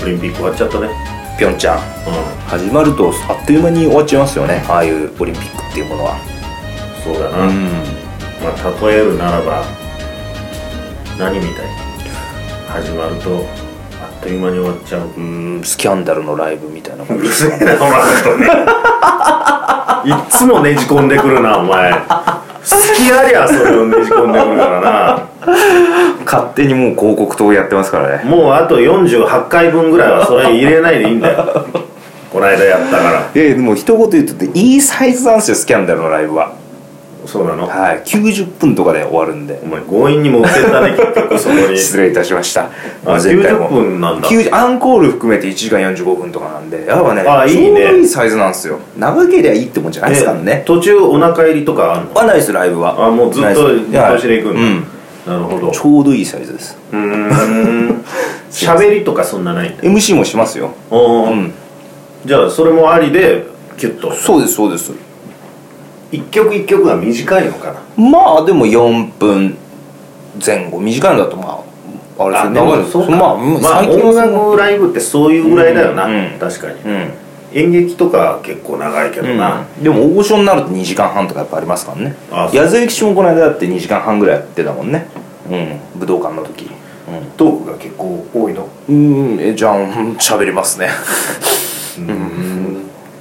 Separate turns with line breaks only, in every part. オリンピック終わっちゃったね
ピョンチャン
う
始まるとあっという間に終わっちゃいますよねああいうオリンピックっていうものは
んそうだな、
うん
まあ、例えるならば何みたい始まるとあっという間に終わっちゃう
うんスキャンダルのライブみたいな
うるせえなお前 いっつもねじ込んでくるなお前好きありゃそれをねじ込んでくるから
勝手にもう広告塔やってますから
な
ね
もうあと48回分ぐらいはそれ入れないでいいんだよこないだやったから
いやいやでも一言言うとっていいサイズなんですよスキャンダルのライブは
そうなの
はい90分とかで終わるんで
お前強引に持ってったね結局そこに
失礼いたしました
あ
前回も
90分なんだ
90アンコール含めて1時間45分とかなんでやっぱね
あいいね
ちょうどいいサイズなんですよ長けりゃいいってもんじゃないですから
で
ね
途中お腹入りとかあんの
はないですライブは
あもうずっと
ない
ず
す
っとしでいくんだ、
はいうん
なるほど
ちょうどいいサイズです
うー ん喋りとかそんなないんだ
MC もしますよ
おー
うん
じゃあそれもありでキュッと
そうですそうです
一曲一曲が短いのかな
まあでも4分前後短いのだとまああれですね長いの
そうか
ま
ま
あ
あ、
うん最近は
音
そ
楽ライブってそういうぐらいだよな、
うん
確かに
ううん
演劇とか結構長いけどな、
でも大御所になると2時間半とかやっぱありますからね
あそう
矢沢騎士もこの間だって2時間半ぐらいやってたもんねうん武道館の時
トークが結構多いの
うん、うん、えじゃあうん喋りますね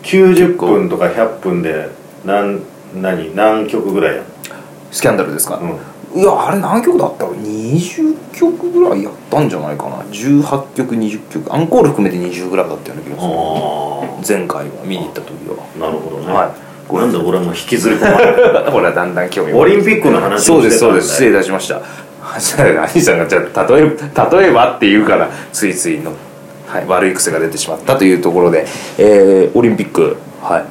90分とか100分で何何何曲ぐらいやん
スキャンダルですか、
の、
いやあれ何曲だったろう20曲ぐらいやったんじゃないかな18曲20曲アンコール含めて20ぐらいだったような気が
あ
する前回は見に行った時は
あなるほどね、
はい
なんだ俺も引きずり込まれて
ほらだんだん興味
オリンピックの話
そ
を
う
してたんだよ
ですそうです失礼いたしました あじゃあ兄さんがじゃあ例え例えばって言うからついついの、はい、悪い癖が出てしまったというところで、えー、オリンピックはい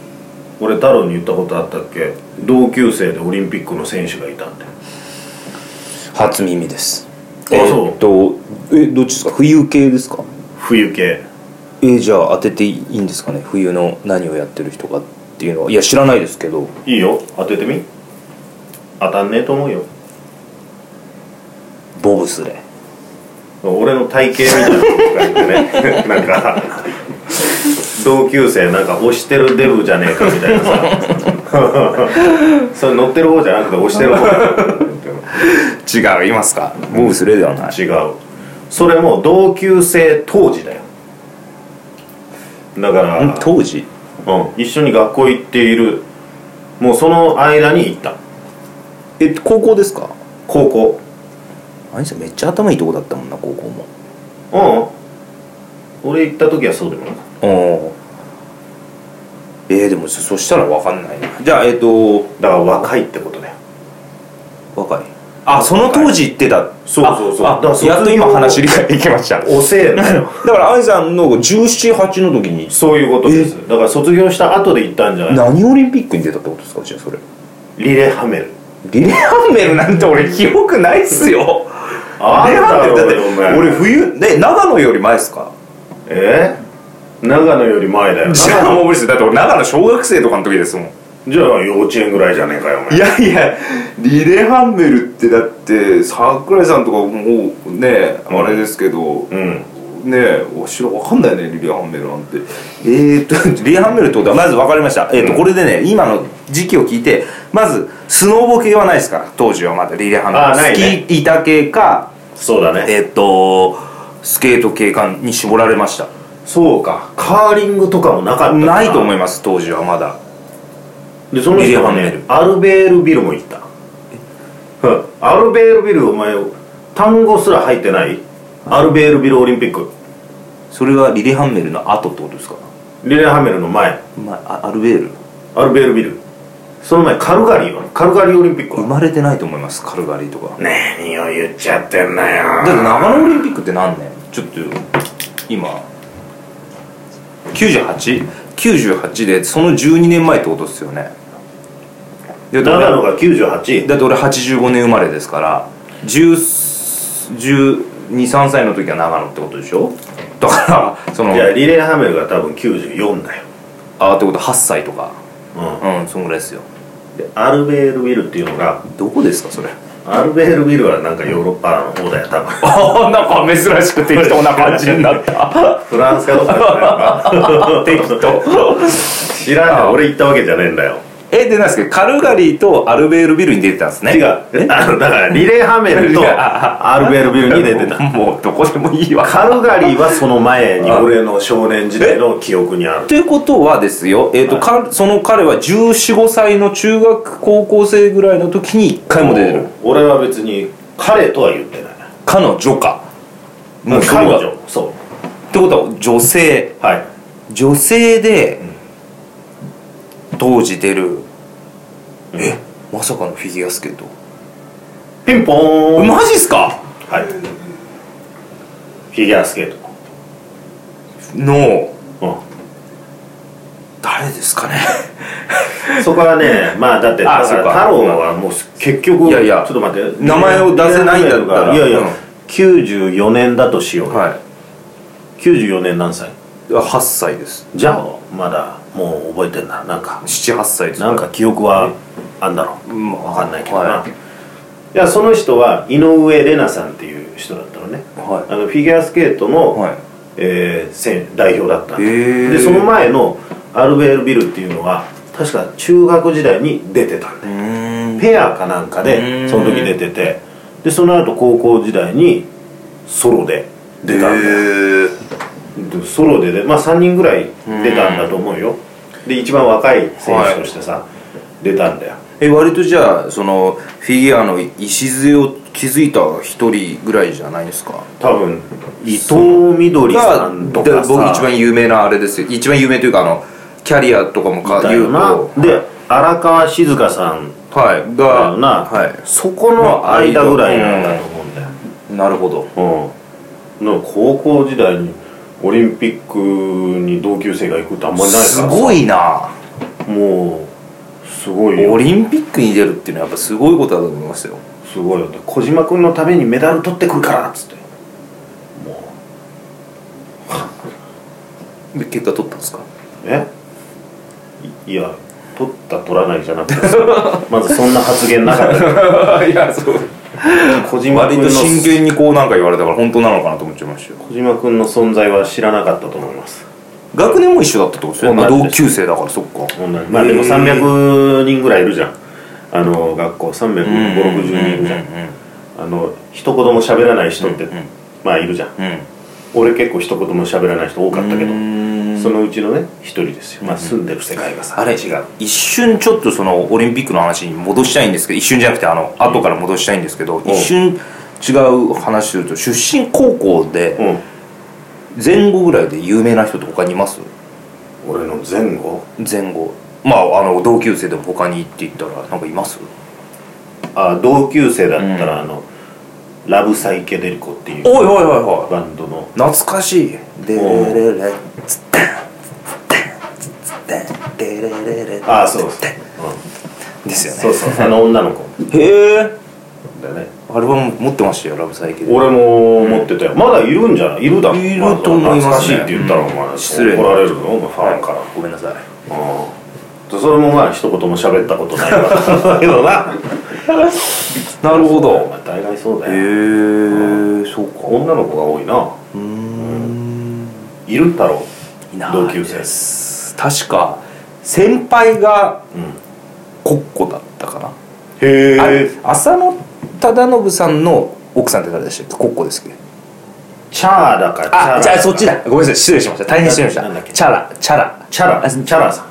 俺太郎に言ったことあったっけ同級生でオリンピックの選手がいたんで
初耳です
あ
え
そう
ーっとえどっちですか冬系ですか
冬系
えーじゃあ当てていいんですかね冬の何をやってる人かっていうのはいや知らないですけど
いいよ当ててみ当たんねえと思うよ
ボブスレー
俺の体型みたいな感じでね なんか同級生なんか押してるデブじゃねえかみたいなさ それ乗ってる方じゃなくて押してる方
違ういますかボブスレーではない
違うそれも同級生当時だよだから
ん当時
うん、一緒に学校行っているもうその間に行った
え高校ですか
高校
兄さんめっちゃ頭いいとこだったもんな高校も
うん俺行った時はそうでもなかっ
おえー、でもそそしたら分かんないなじゃあえっ、と
ただから若いってことだよ
若いあその当時言ってた
そうそうそう
ああ
だから卒業
やっと今話理解できま しただ
おせえだよ
から兄さんの178の時に
そういうことですだから卒業した後で行ったんじゃない
何オリンピックに出たってことですかじゃあそれ
リレーハメル
リレーハンメルなんて俺記憶ないっすよ
あ
リレーハンメルだって
お前
俺冬ね長野より前っすか
え長野より前だよな
知らんもんですだって俺長野小学生とかの時ですもん
じゃあ幼稚園ぐらいじゃねえかよお前
いやいやリレーハンメルってだって桜井さんとかもうねあれですけど、
うん
ねえ知らわかんないねリレーハンメルなんてえー、とリレーハンメルってことはまず分かりました、えーとこれでね今の時期を聞いてまずスノーボ系はないですから当時はまだリレーハンメル
あーないね
スキー板系か
そうだね
えっ、とスケート系かに絞られました
そうかカーリングとかもなかったか
ないと思います当時はまだ
でその人は
ミリアムネ
ねアルベールビルも行ったうんアルベールビルお前単語すら入ってないアルベールビルオリンピック
それはリレーハンメルの後ってことですか、
リレーハメルの前
まあ、アルベール
アルベールビルその前カルガリーはカルガリーオリンピック
生
は
まれてないと思いますカルガリーとか
何を言っちゃってんだ
だって長野オリンピックって何年ちょっと今 98?98 でその12年前ってことですよねだって
長
俺
野が98
だって俺85年生まれですから123歳の時は長野ってことでしょだからその
じゃあリレーハメルが多分94だよ
あーってこと8歳とか
うん
うんそんぐらいですよ
でアルベールビルっていうのが
どこですかそれ
アルベールビルはなんかヨーロッパの方だよ多分
あなんか珍しく適当な感じになった
フランスかどっかじゃないのか
適当
知らんよ俺行ったわけじゃねえんだよ
えでなんですけどカルガリーとアルベールビルに出てたんですね
違うあのだからリレーハメル と アルベールビルに出てた
もうどこでもいいわ
カルガリーはその前に俺の少年時代の記憶にある
ということはですよ、えーとかその彼は1 4 5歳の中学高校生ぐらいの時に1回も出てる
俺は別に彼とは言ってない
彼女かもうそれ
彼
は
女そ
ってことは女性
うはい
女性で当時出る、えまさかのフィギュアスケート
ピンポーン
マジっすか
はいフィギュアスケー
の
ト、
誰ですかね
うん、そこはねまあだってだ
あ
から
そうか
太郎はもう結局
いやいや
ちょっと待って
名前を出せないんだったら
いやいや、
うん
94年だとしよう、
は
94年何歳
い8歳です
じゃあまだもう覚えてんななんか
78歳です
なんか記憶はあんだろう
うん
わかんないけどな、
はい
い、やその人は井上玲奈さんっていう人だったのね、
はい
あのフィギュアスケートの、
はい
えー選代表だったんです
へー
でその前のアルベールビルっていうのは確か中学時代に出てたんだ
う
よ、
ーん
ペアかなんか
う
で
ん
その時出ててでその後高校時代にソロで出たんだよ
へー
でソロでねまあ3人ぐらい出たんだと思うよで一番若い選手としてさ、出たんだよ
え割とじゃあそのフィギュアの礎を築いた一人ぐらいじゃないですか
多分伊藤みどりさ
が
んと
僕
かさ
一番有名なあれですよ一番有名というかあのキャリアとかもか
だ
言
よ
う
な
と
で荒川静香さん
はい
だ
が
よな、
は
そこの間ぐらいなんだと思うんだよ、
いなるほど
うんの高校時代にオリンピックに同級生が行くってあんまりないから
す
さ
ごいな
もうすごいよ
オリンピックに出るっていうのはやっぱすごいことだと思いますよ
すごいよって小島君のためにメダル取ってくるからっつっても
で結果取った んですか
うえいいや取った取らないじゃな くてさまずそんな発言なかったよ
いやそう
小島
割
君の
と真剣にこうなんか言われたから本当なのかなと思っちゃいましたよ
小島君の存在は知らなかったと思います
学年も一緒だったってことですよね
同じ
同
です
級生だからそっか
まあでも300人ぐらいいるじゃんあの学校35060人いるじゃんあの一言も喋らない人って、
うんうん
まあいるじゃん
うんうんうん
俺結構一言も喋らない人多かったけど
うん
そのうちのね一人ですよ、まあ、住んでる世界がさ
あれ違う一瞬ちょっとそのオリンピックの話に戻したいんですけど一瞬じゃなくてあの後から戻したいんですけど、一瞬違う話すると出身高校
う
で
ん
前後ぐらいで有名な人って他にいます
俺の前後
前後まああの同級生でも他にって言ったらなんかいます
あ同級生だったら、あのラブサイケデリコっていう
おいおいおいおい
バンドの
懐かしいでれれれつってでれれれ
ああそうそう、
です
うん
よ
そう
ね
そうあの女の子
へえ
だね
アルバム持ってましたよラブサイケで
俺も持ってたよ、まだいるんじゃないいるだろ
いると思いますね
懐かしいって言ったらお前、
うん失礼
怒られるぞお前ファンから、
ごめんなさい
うんそれもまあ一言も喋ったことないわけど な
なるほど
まあ大概そうだ
へえ
よ、
そうか
女の子が多いな
うーん
いるんだろう
いない
同級生
です確か先輩が
うん
コッコだったかな、
へ
あれ
え
浅野忠信さんの奥さんって誰でしたっけコッコですっけ
チャーだか
あ
チャラ
じゃあそっちだごめんなさい失礼しました大変失礼しま
なんだ
し
っけ
たチャラチャラ
チャラ
あ
チ
チ
ャラさん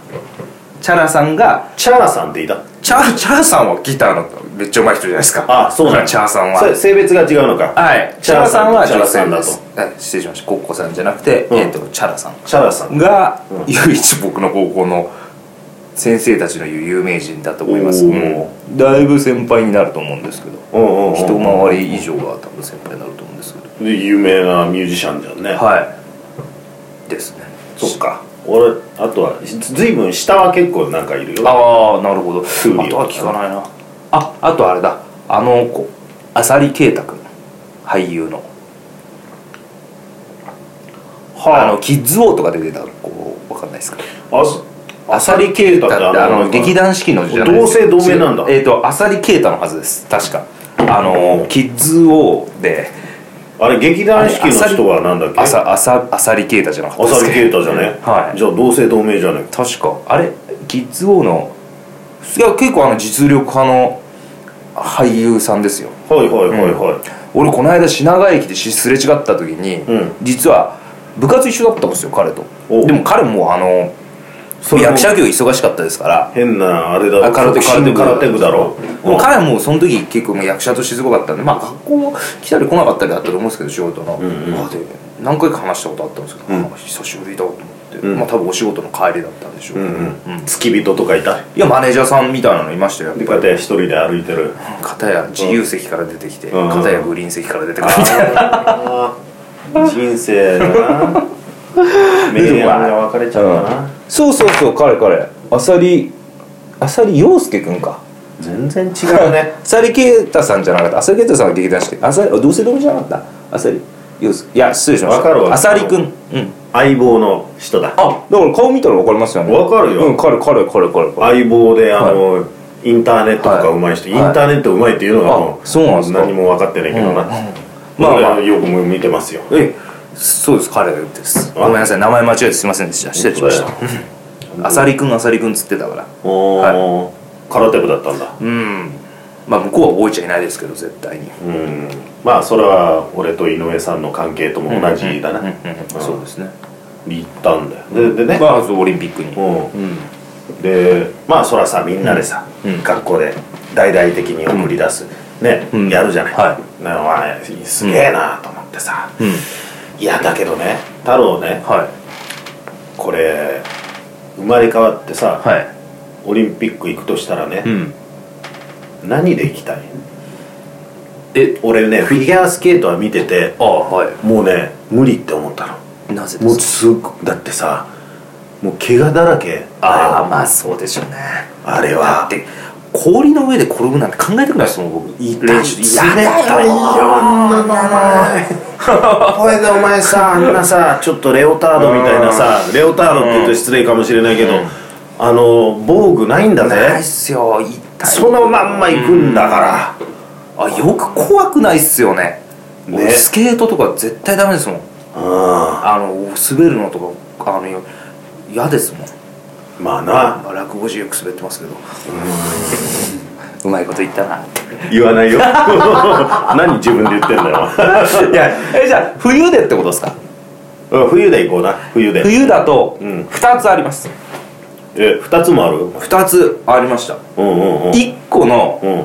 ャラさんが
チャラさんっていた
チャチャラさんはギターのめっちゃ上手い人じゃないですか
あそうなんだ
チャラさんは
それ性別が違うのか
はい
チ
チ
ャ
ャ
ラ
ラ
さ
さ
ん
ん
は
は
チャ
女
ラさん
性
だ
で
と
すはい失礼しましたコッコさんじゃなくて、
うん
えっ、とチャラさん
チャラさん
が
うん
唯一僕の高校の先生たちの言う有名人だと思います、
お
う
ー
んだいぶ先輩になると思うんですけ
う
ど
んうんうん
一回り以上は多分先輩になると思うんですけど
で有名なミュージシャンじゃんね
はいですね
そっか俺あとはずずいぶん下は結構なんかいるよ
ああなるほどあ
すぐに
とは聞かないなああとあれだあの子浅利圭太君俳優のあのキッズ王とかで出た子わかんないですか
あそ
浅利圭太っ
浅利圭太っ
て
てあ
あ
の
の劇団四季のじゃない
同姓同名なんだ
えっ、と浅利圭太のはずです確かあのキッズ王で
あれ劇団四季の人はなんだっけ
あさあさあさり啓太じゃなかった
浅利
け
啓太じゃね、
はい
じゃあ同姓同名じゃね
確かあれキッズ王のいや結構あの実力派の俳優さんですよ
はいはいはいはい、
俺この間品川駅でしすれ違った時に、
うん
実は部活一緒だったんですよ彼と
お
でも彼もあの
れも
役者業忙しかったですから
変なあれだろ
あ空
ボ
手
クシング
空
空
手
手部だろ
でも彼はもうその時結構もう役者としてすごかったんでまあ学校来たり来なかったりだったと思うんですけど仕事の、
んうん
まあで何回か話したことあったんですけど、
うん
なんか久しぶりだと思って、
うん
まあ多分お仕事の帰りだったんでしょう、
うんう
うん
ん付き人とかいた
いやマネージャーさんみたいなのいましたよやっ
で
ぱ
こうや
り
って一人で歩いてる
片や自由席から出てきて、
うん
片やグリーン席から出てくるみたいな、
人生だ な明暗が分かれちゃうな
そうそうそう彼彼あさりあさり陽介くんか
全然違うね
浅利啓太さんじゃなかった浅利啓太さんは劇団四季浅利あどうせどうじゃなかった浅利よすいや失礼しました
わかるわ
浅利君うん
相棒の人だ
あだから顔見たらわかりますよね
わかるよ
うん彼彼彼彼彼
相棒であの、インターネットとか上手い人、
はい
インターネット上手いっていうのがも
あ
う
そうなんですか
何も分かってないけどな、
うんま
ま
あ
あ、
まあ
よく見てますよ
えそうです彼です
あ
ごめんなさい名前間違えてすいませんでした失礼しました浅利君浅利君つってたから
おー空手部だったんだ
うんまあ向こうは覚えちゃいないですけど絶対に
うんまあそれは俺と井上さんの関係とも同じだな、
うんうんうんそうですね
行ったんだよででね、
まあそうオリンピックに
うん
うん
でまあそらさみんなでさ、
うん
学校で大々的に送り出す、ね、
うん
やるじゃない、
は
なお前すげえなと思ってさ、
うん
いやだけどね太郎ね
はい
これ生まれ変わってさ、
はい
オリンピック行くとしたらね
う、ん
何で行きたい
え
俺ねフィギュアスケートは見てて
あは
もうね無理って思った
いなぜ
の
で
もう
すか
すごくだってさもう怪我だらけ
ああ
あ
まあそうでしょうね
あれ
だ
は
って氷の上で転ぶなんて考えたくないですもん僕痛い
痛い
嫌だよ
なの これでお前さあんなさちょっとレオタードみたいなさレオタードって言うと失礼かもしれないけど、あの防具ないんだ
ないっ
ぜ
すよ痛い
そのまんま行くんだから、
あよく怖くないっすよね
ね
俺スケートとか絶対ダメですもん
うん
あの滑るのとかあの嫌ですもん
まあな
まあ落語中よく滑ってますけど うまいこと言ったな
言わないよ 何自分で言ってんだ よ
いやえじゃあ冬でってことですか
うん冬で行こうな冬で
冬だと
うん
2つあります
え二つもあるうん
2つありました
うんうん
1個の
うん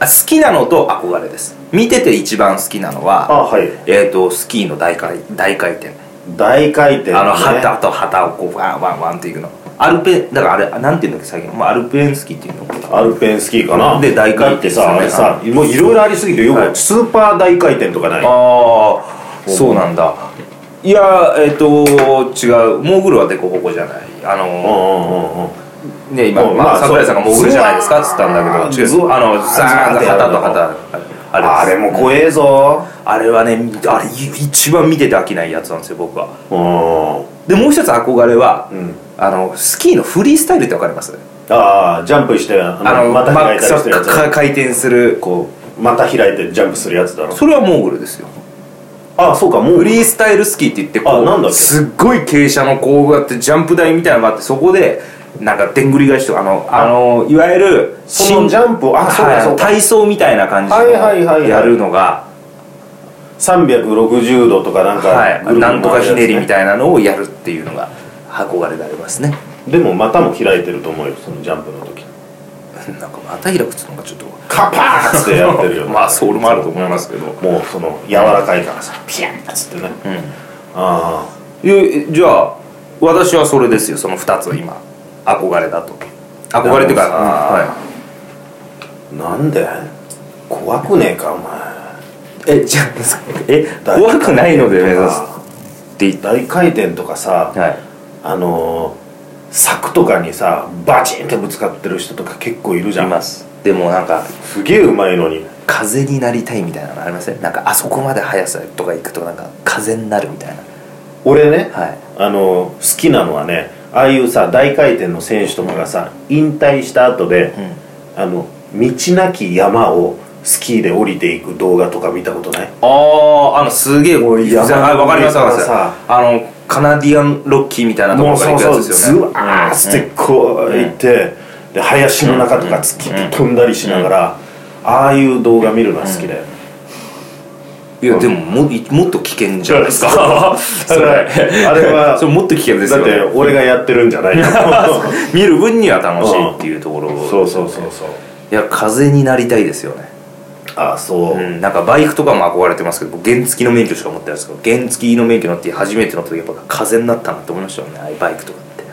あ好きなのと憧れです見てて一番好きなの
あ
は
はい
えっ、とスキーの大回大回転
大回転ね
あの旗と旗をこうワンワンワンっていくのアルペンだからあれあなんていうんだっけ最近、まあ、アルペンスキーっていうの
アルペンスキーかな
で大回
だって
転
さあれ
ですよね
さもういろいろありすぎてよ
はい
くスーパー大回転とかない
ああそうなんだいやえっ、と違うモーグルはデコボコじゃないあ
うんう
の
んうんうん
ね今、
うん
ま
ま
あ、
あ
桜井さんが
そう
モーグルじゃないですかっつったんだけど違う
ずわー
あのザーンって旗と旗
あ
です
れも怖えぞ
あれはねあれ一番見てて飽きないやつなんですよ僕は
うん
でもう一つ憧れは、
うん
あのスキーのフリースタイルってわかります
ああジャンプしてあ
あの
のまた開いたりしてるや
まか
つ
回転するこ
また開いてジャンプするやつだろ
うそれはモーグルですよ
あそうかも
フ
う
リースタイルスキーって言ってこ
あなんだ
う
っけ
すっごい傾斜のこうやってジャンプ台みたいなのがあってそこでなんかでんぐり返しとかあのあのいわゆる
そのジャンプあそう
は
か
い
そうか
体操みたいな感じ
はいはいはいは
の
い
やるのが
360度とかなん
は
か
い
ぐるぐる
なんとかひねりみ
い
たいなのをやるっていうのが憧れられますね
でも股も開いてると思うよそのジャンプの時
なんかまた開くっていうのがちょっと
カパーッってやってる よ
まあそれもあると思いますけど
もうその柔らかいからさピヤッつってねあ
えじゃあ私はそれですよその2つは今憧れだと憧れっていうか
でもさ
は
あなんで怖くねえかお前
いえじゃあえ
大
怖くないので目指すって言っ
大回転とかさ
たはい
あのー柵とかにさバチンってぶつかってる人とか結構いるじゃ
い
ん
ますでもなんか
すげえうまいのに
風になりたいみたいなのありませんなんかあそこまで速さとか行くとなんか風になるみたいな
俺ね、
はい
あの好きなのはねああいうさ大回転の選手とかがさ引退した後で、あの道なき山をスキーで降りていく動画とか見たことない
あああのすげえ
もう山の
あわかりますわかり
上から
ま
さ
すあのカナディアンロッキーみたいなとこ
も
ろ
う
から
そ
行
うそう
くやつですよ
ズ
ね
ワーッつってこう行ってで林の中とか突き飛んだりしながらああいう動画見るのは好きだよ
いやでももいもっと危険じゃないですかそれ
あれは
それもっと危険です
だっ
よ
て
ね
俺がやってるんじゃ ないよ
見る分には楽しいっていうところ
そうそうそうそう
いや風になりたいですよね
ああそう、
うん、なんかバイクとかも憧れてますけど僕原付きの免許しか持ってないですけど原付きの免許乗って初めて乗った時やっぱ風になったなって思いましたよねああいうバイクとかって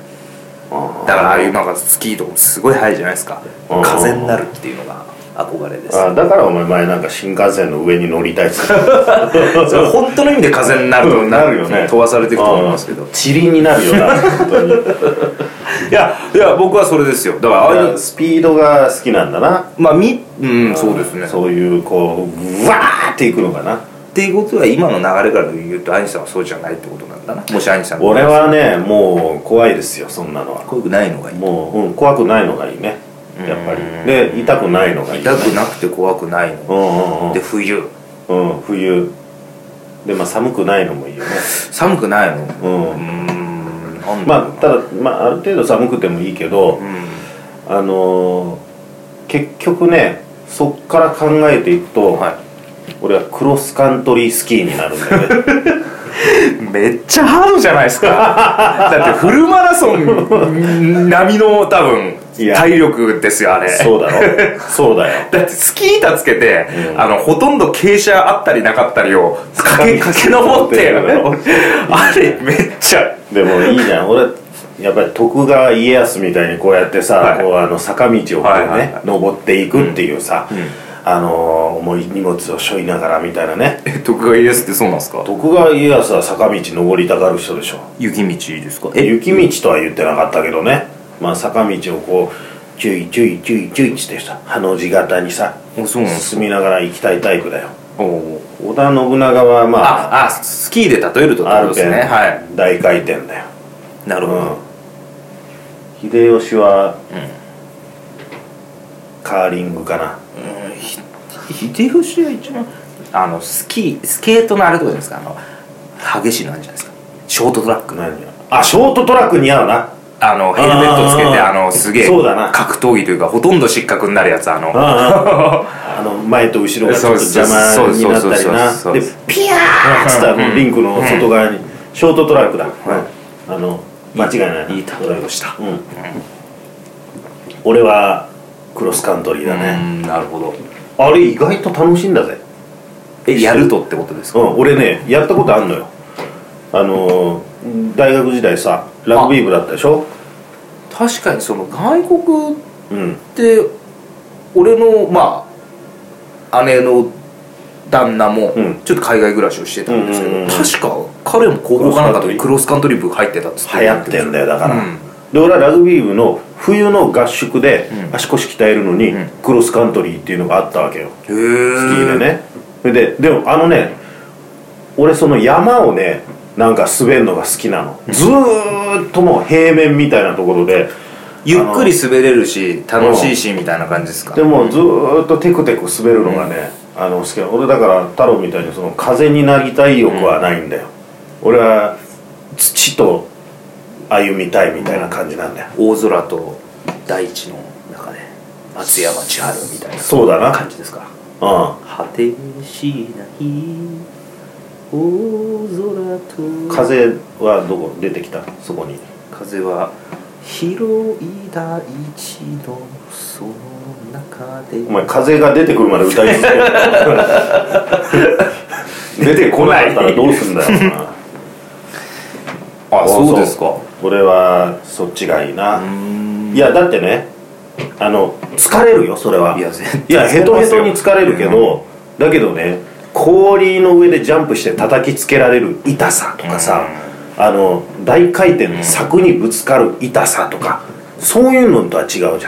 あ
だからああいうなんかスキーとかもすごい速いじゃないですか
うん
風になるっていうのが憧れです
あだからお前前なんか新幹線の上に乗りたいっつって
それ本当の意味で風になると
うん なるよね
飛ばされていくと思いますけど
チリになるよな本当に
いやいや僕はそれですよだからああいう
スピードが好きなんだな
まあみうんそうですね
そういうこううわーっていくのかな
っていうことは今の流れから言うとアインシュタインはそうじゃないってことなんだなもしアインシュタイン
俺はねもう怖いですよそんなのは
怖くないのがいい
もう、うん、怖くないのがいいねやっぱりで痛くないのがいい
痛くなくて怖くないの
うんうん
で冬
うん、うん、冬でまあ寒くないのもいいよね
寒くないの
うん
うーんなんだ
ま
ろう
あただ、まあ、ある程度寒くてもいいけど、あのー結局ねそっから考えていくと、
うんは
俺はクロスカントリースキーになるんだ よね
い、めっちゃハードじゃないです かだってフルマラソン並みの多分
いや
体力ですよあれ
そうだろそうだよ
だってスキー板つけて、あのほとんど傾斜あったりなかったりを駆け 駆け上ってあれめっちゃ
でもいいじゃん俺やっぱり徳川家康みたいにこうやってさ、
はい
こうあの坂道をこうね、
はいはいはい
登っていくっていうさ、あのー重い荷物を背負いながらみたいなね
え徳川家康ってそうなんですか
徳川家康は坂道登りたがる人でしょ
雪道ですかえ
雪道とは言ってなかったけどね、まあ、坂道をこう注意注意注意注意ってさハの字型にさ
あそうなんです
進みながら行きたいタイプだよ
おお
織田信長はまあ
ああスキーで例えるとって
アル
ことです
ペ
ねはい
ン大回転だよ、
なるほど、
うん、秀吉は、カーリングかな
秀吉は一番あのスキースケートのあれとかじゃないですかあの激しいのあるじゃないですかショートトラック
何あショートトラック似合う な
あのヘルメットつけて
あー
あのすげえ
そうだな
格闘技というかほとんど失格になるやつあの
あの前と後ろがちょっと邪
そ
魔
う
に
そう
な
そ
っ
う
たり
そ
な
う
で
そう
ピヤーッつったらリンクの外側にショートトラックだ、あの間違いないない
い例えをした
うん、俺はクロスカントリーだね、
んなるほど
あれ意外と楽しいんだぜ、
えやるとってことです
う
か
ん、俺ねやったことあんのよあのー大学時代さラグビー部だったでしょ
確かにその外国っ
うん
て俺のまあ姉の旦那も
うん
ちょっと海外暮らしをしてたんですけど、
うんうんうんうん
確か彼も高校かなんかでクロスカントリー部入ってたっつって
流行ってんだよだから、
うん
で俺はラグビー部の冬の合宿で足腰鍛えるのに
ん
クロスカントリーっていうのがあったわけよ
へー
スキーでねそれででもあのね俺その山をねなんか滑るのが好きなのずーっともう平面みたいなところで
ゆっくり滑れるし楽しいしみたいな感じですか
でもずーっとテクテク滑るのがね、あの好きな俺だから太郎みたいにその風になりたい欲はないんだよ、俺は土と歩みたいみたいな感じなんだよ、
大空と大地の中で松山千春みたいな
そうだな
感じですか
うん
果てしない大空と
風はどこ出てきたそこに
風は広い大地のその中で
お前風が出てくるまで歌い続ける出てこなかったらどうすんだよな
あ
俺はそっちがいいな、いやだってねあの疲れるよそれはい
や絶対
いやヘトヘトに
疲
疲れるけど、だけどね氷の上でジャンプして叩きつけられる痛さとかさ、あの大回転で柵にぶつかる痛さとか、そういうのとは違うじゃん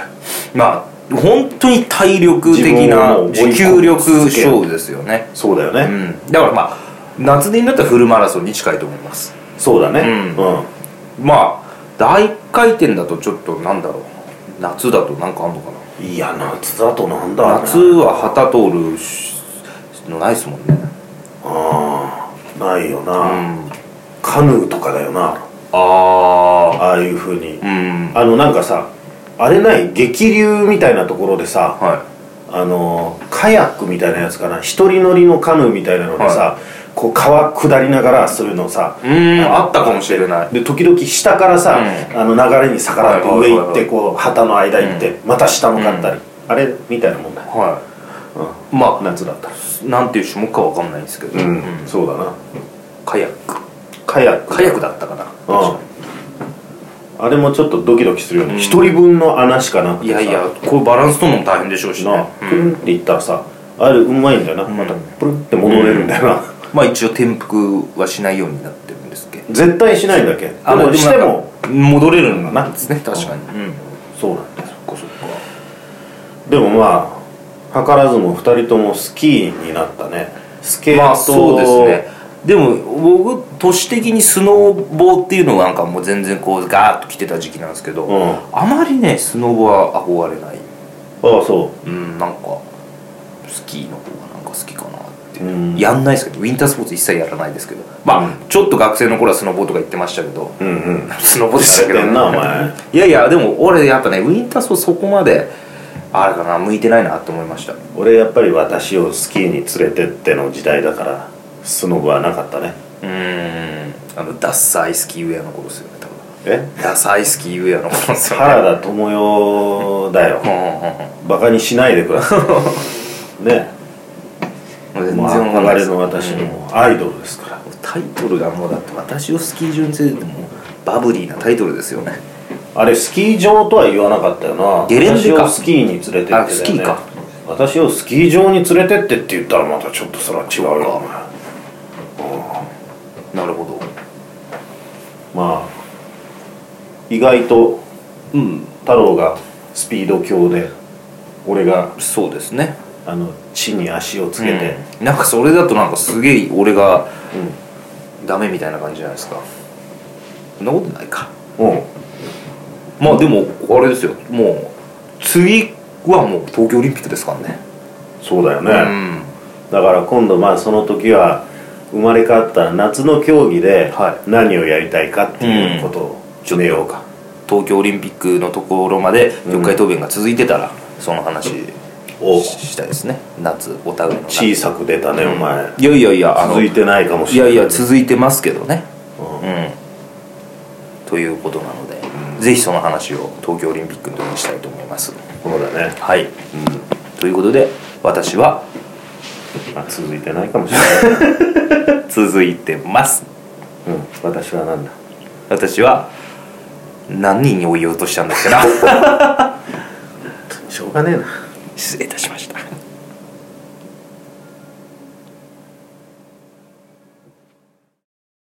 まあ本当に体力的
自分
な
をもう追い込む
持久力勝負ですよね
そうだよね、
うんだからまあ夏になったらフルマラソンに近いと思います
そうだね
う
うん、
まあ大回転だとちょっとなんだろう夏だとなんかあんのかな
いや夏だとなんだろうね
夏は旗通るしのないですもんね
ああないよな、
うん
カヌーとかだよな
あ
ああいうふうに、
あうん
あのなんかさあれない激流みたいなところでさ
は
あのカヤックみたいなやつかな一人乗りのカヌーみたいなのでさ、こう川下りながらするのさ
いうんあったかもしれない
で時々下からさ、
う
あの流れに逆らって
はいはい
上
はい
行ってこう旗の間行って、また下向かったり、あれみたいなもんだ、
はいまあ
夏だったら
なんていう種目かわかんないんですけど、うん
そうだな
カヤック
カヤック
カヤックだったかな
あああれもちょっとドキドキするよね
うん
一、人分の穴しかなく
い
てさ
やいやこれバランス取るのも大変でしょうしね、
なあ
う
プルン
ん
っていったらさあれうまいんだよな、
ん
またプルンって戻れるんだよな、
まあ一応転覆はしないようになってるんですけど
絶対しないんだっけで
あ
もしても
戻れるんだなですね確かにうん
そうなんだよ
そっかそっか
でもまあ図らずも2人ともスキーになったねスケート、
まあそうですねでも僕都市的にスノーボーっていうのがなんかもう全然こうガーッと来てた時期なんですけど、
うん
あまりねスノーボーは憧れない
ああそ
うんなんかスキーの方がなんか好きかなって、
う、うん、
やんないですけどウィンタースポーツ一切やらないですけどまあ、
うん
ちょっと学生の頃はスノボとか言ってましたけど、
うんうん
スノボでしたけど
やれてんなお前
いやいやでも俺やっぱねウィンタースポーツそこまであれかな向いてないなと思いました
俺やっぱり私をスキーに連れてっての時代だからスノボはなかったね
うーんあのダッサイスキーウェアの頃ですよね多分
え
ダサいスキーウェアのことですよね。
原田知世だよバカにしないでくださ いね
全然
もう
わかんな
憧
いで
れ
す
の私のアイドルですから
タイトルがもうだって私をスキー場に連れてってもうバブリーなタイトルですよね。
あれスキー場とは言わなかったよな
ゲレンデ
私
か
をスキーに連れてってだよ、ね、
あスキーか
私をスキー場に連れてってって言ったらまたちょっとそれは違うよ
なるほど。
まあ意外と
うん、
太郎がスピード強で俺が
そうですね。
あの地に足をつけて、
うんなんかそれだとなんかすげえ俺がダメみたいな感じじゃないですか。そんなことないか。
うん、うん
まあでもあれですよ。もう次はもう東京オリンピックですからね。
そうだよね、
うん。
だから今度まあその時は生まれ変わったら夏の競技で
は
何をやりたいかっていうことを決めようか、
東京オリンピックのところまで4回答弁が続いてたら、その話
お
をしたいですね夏お互いの
小
夏
さく出たね、お前
いやいやいやあの
続いてないかもしれない
やいや続いてますけどね
う
うんということなので、ぜひその話を東京オリンピックの時にしたいと思います
そうだね、
はい、ということで私は
まあ、続いてないかもしれない、
続いてます
うん、私はなんだ
私は何人を言おうとしたんですかな
しょうがねえな
失礼いたしました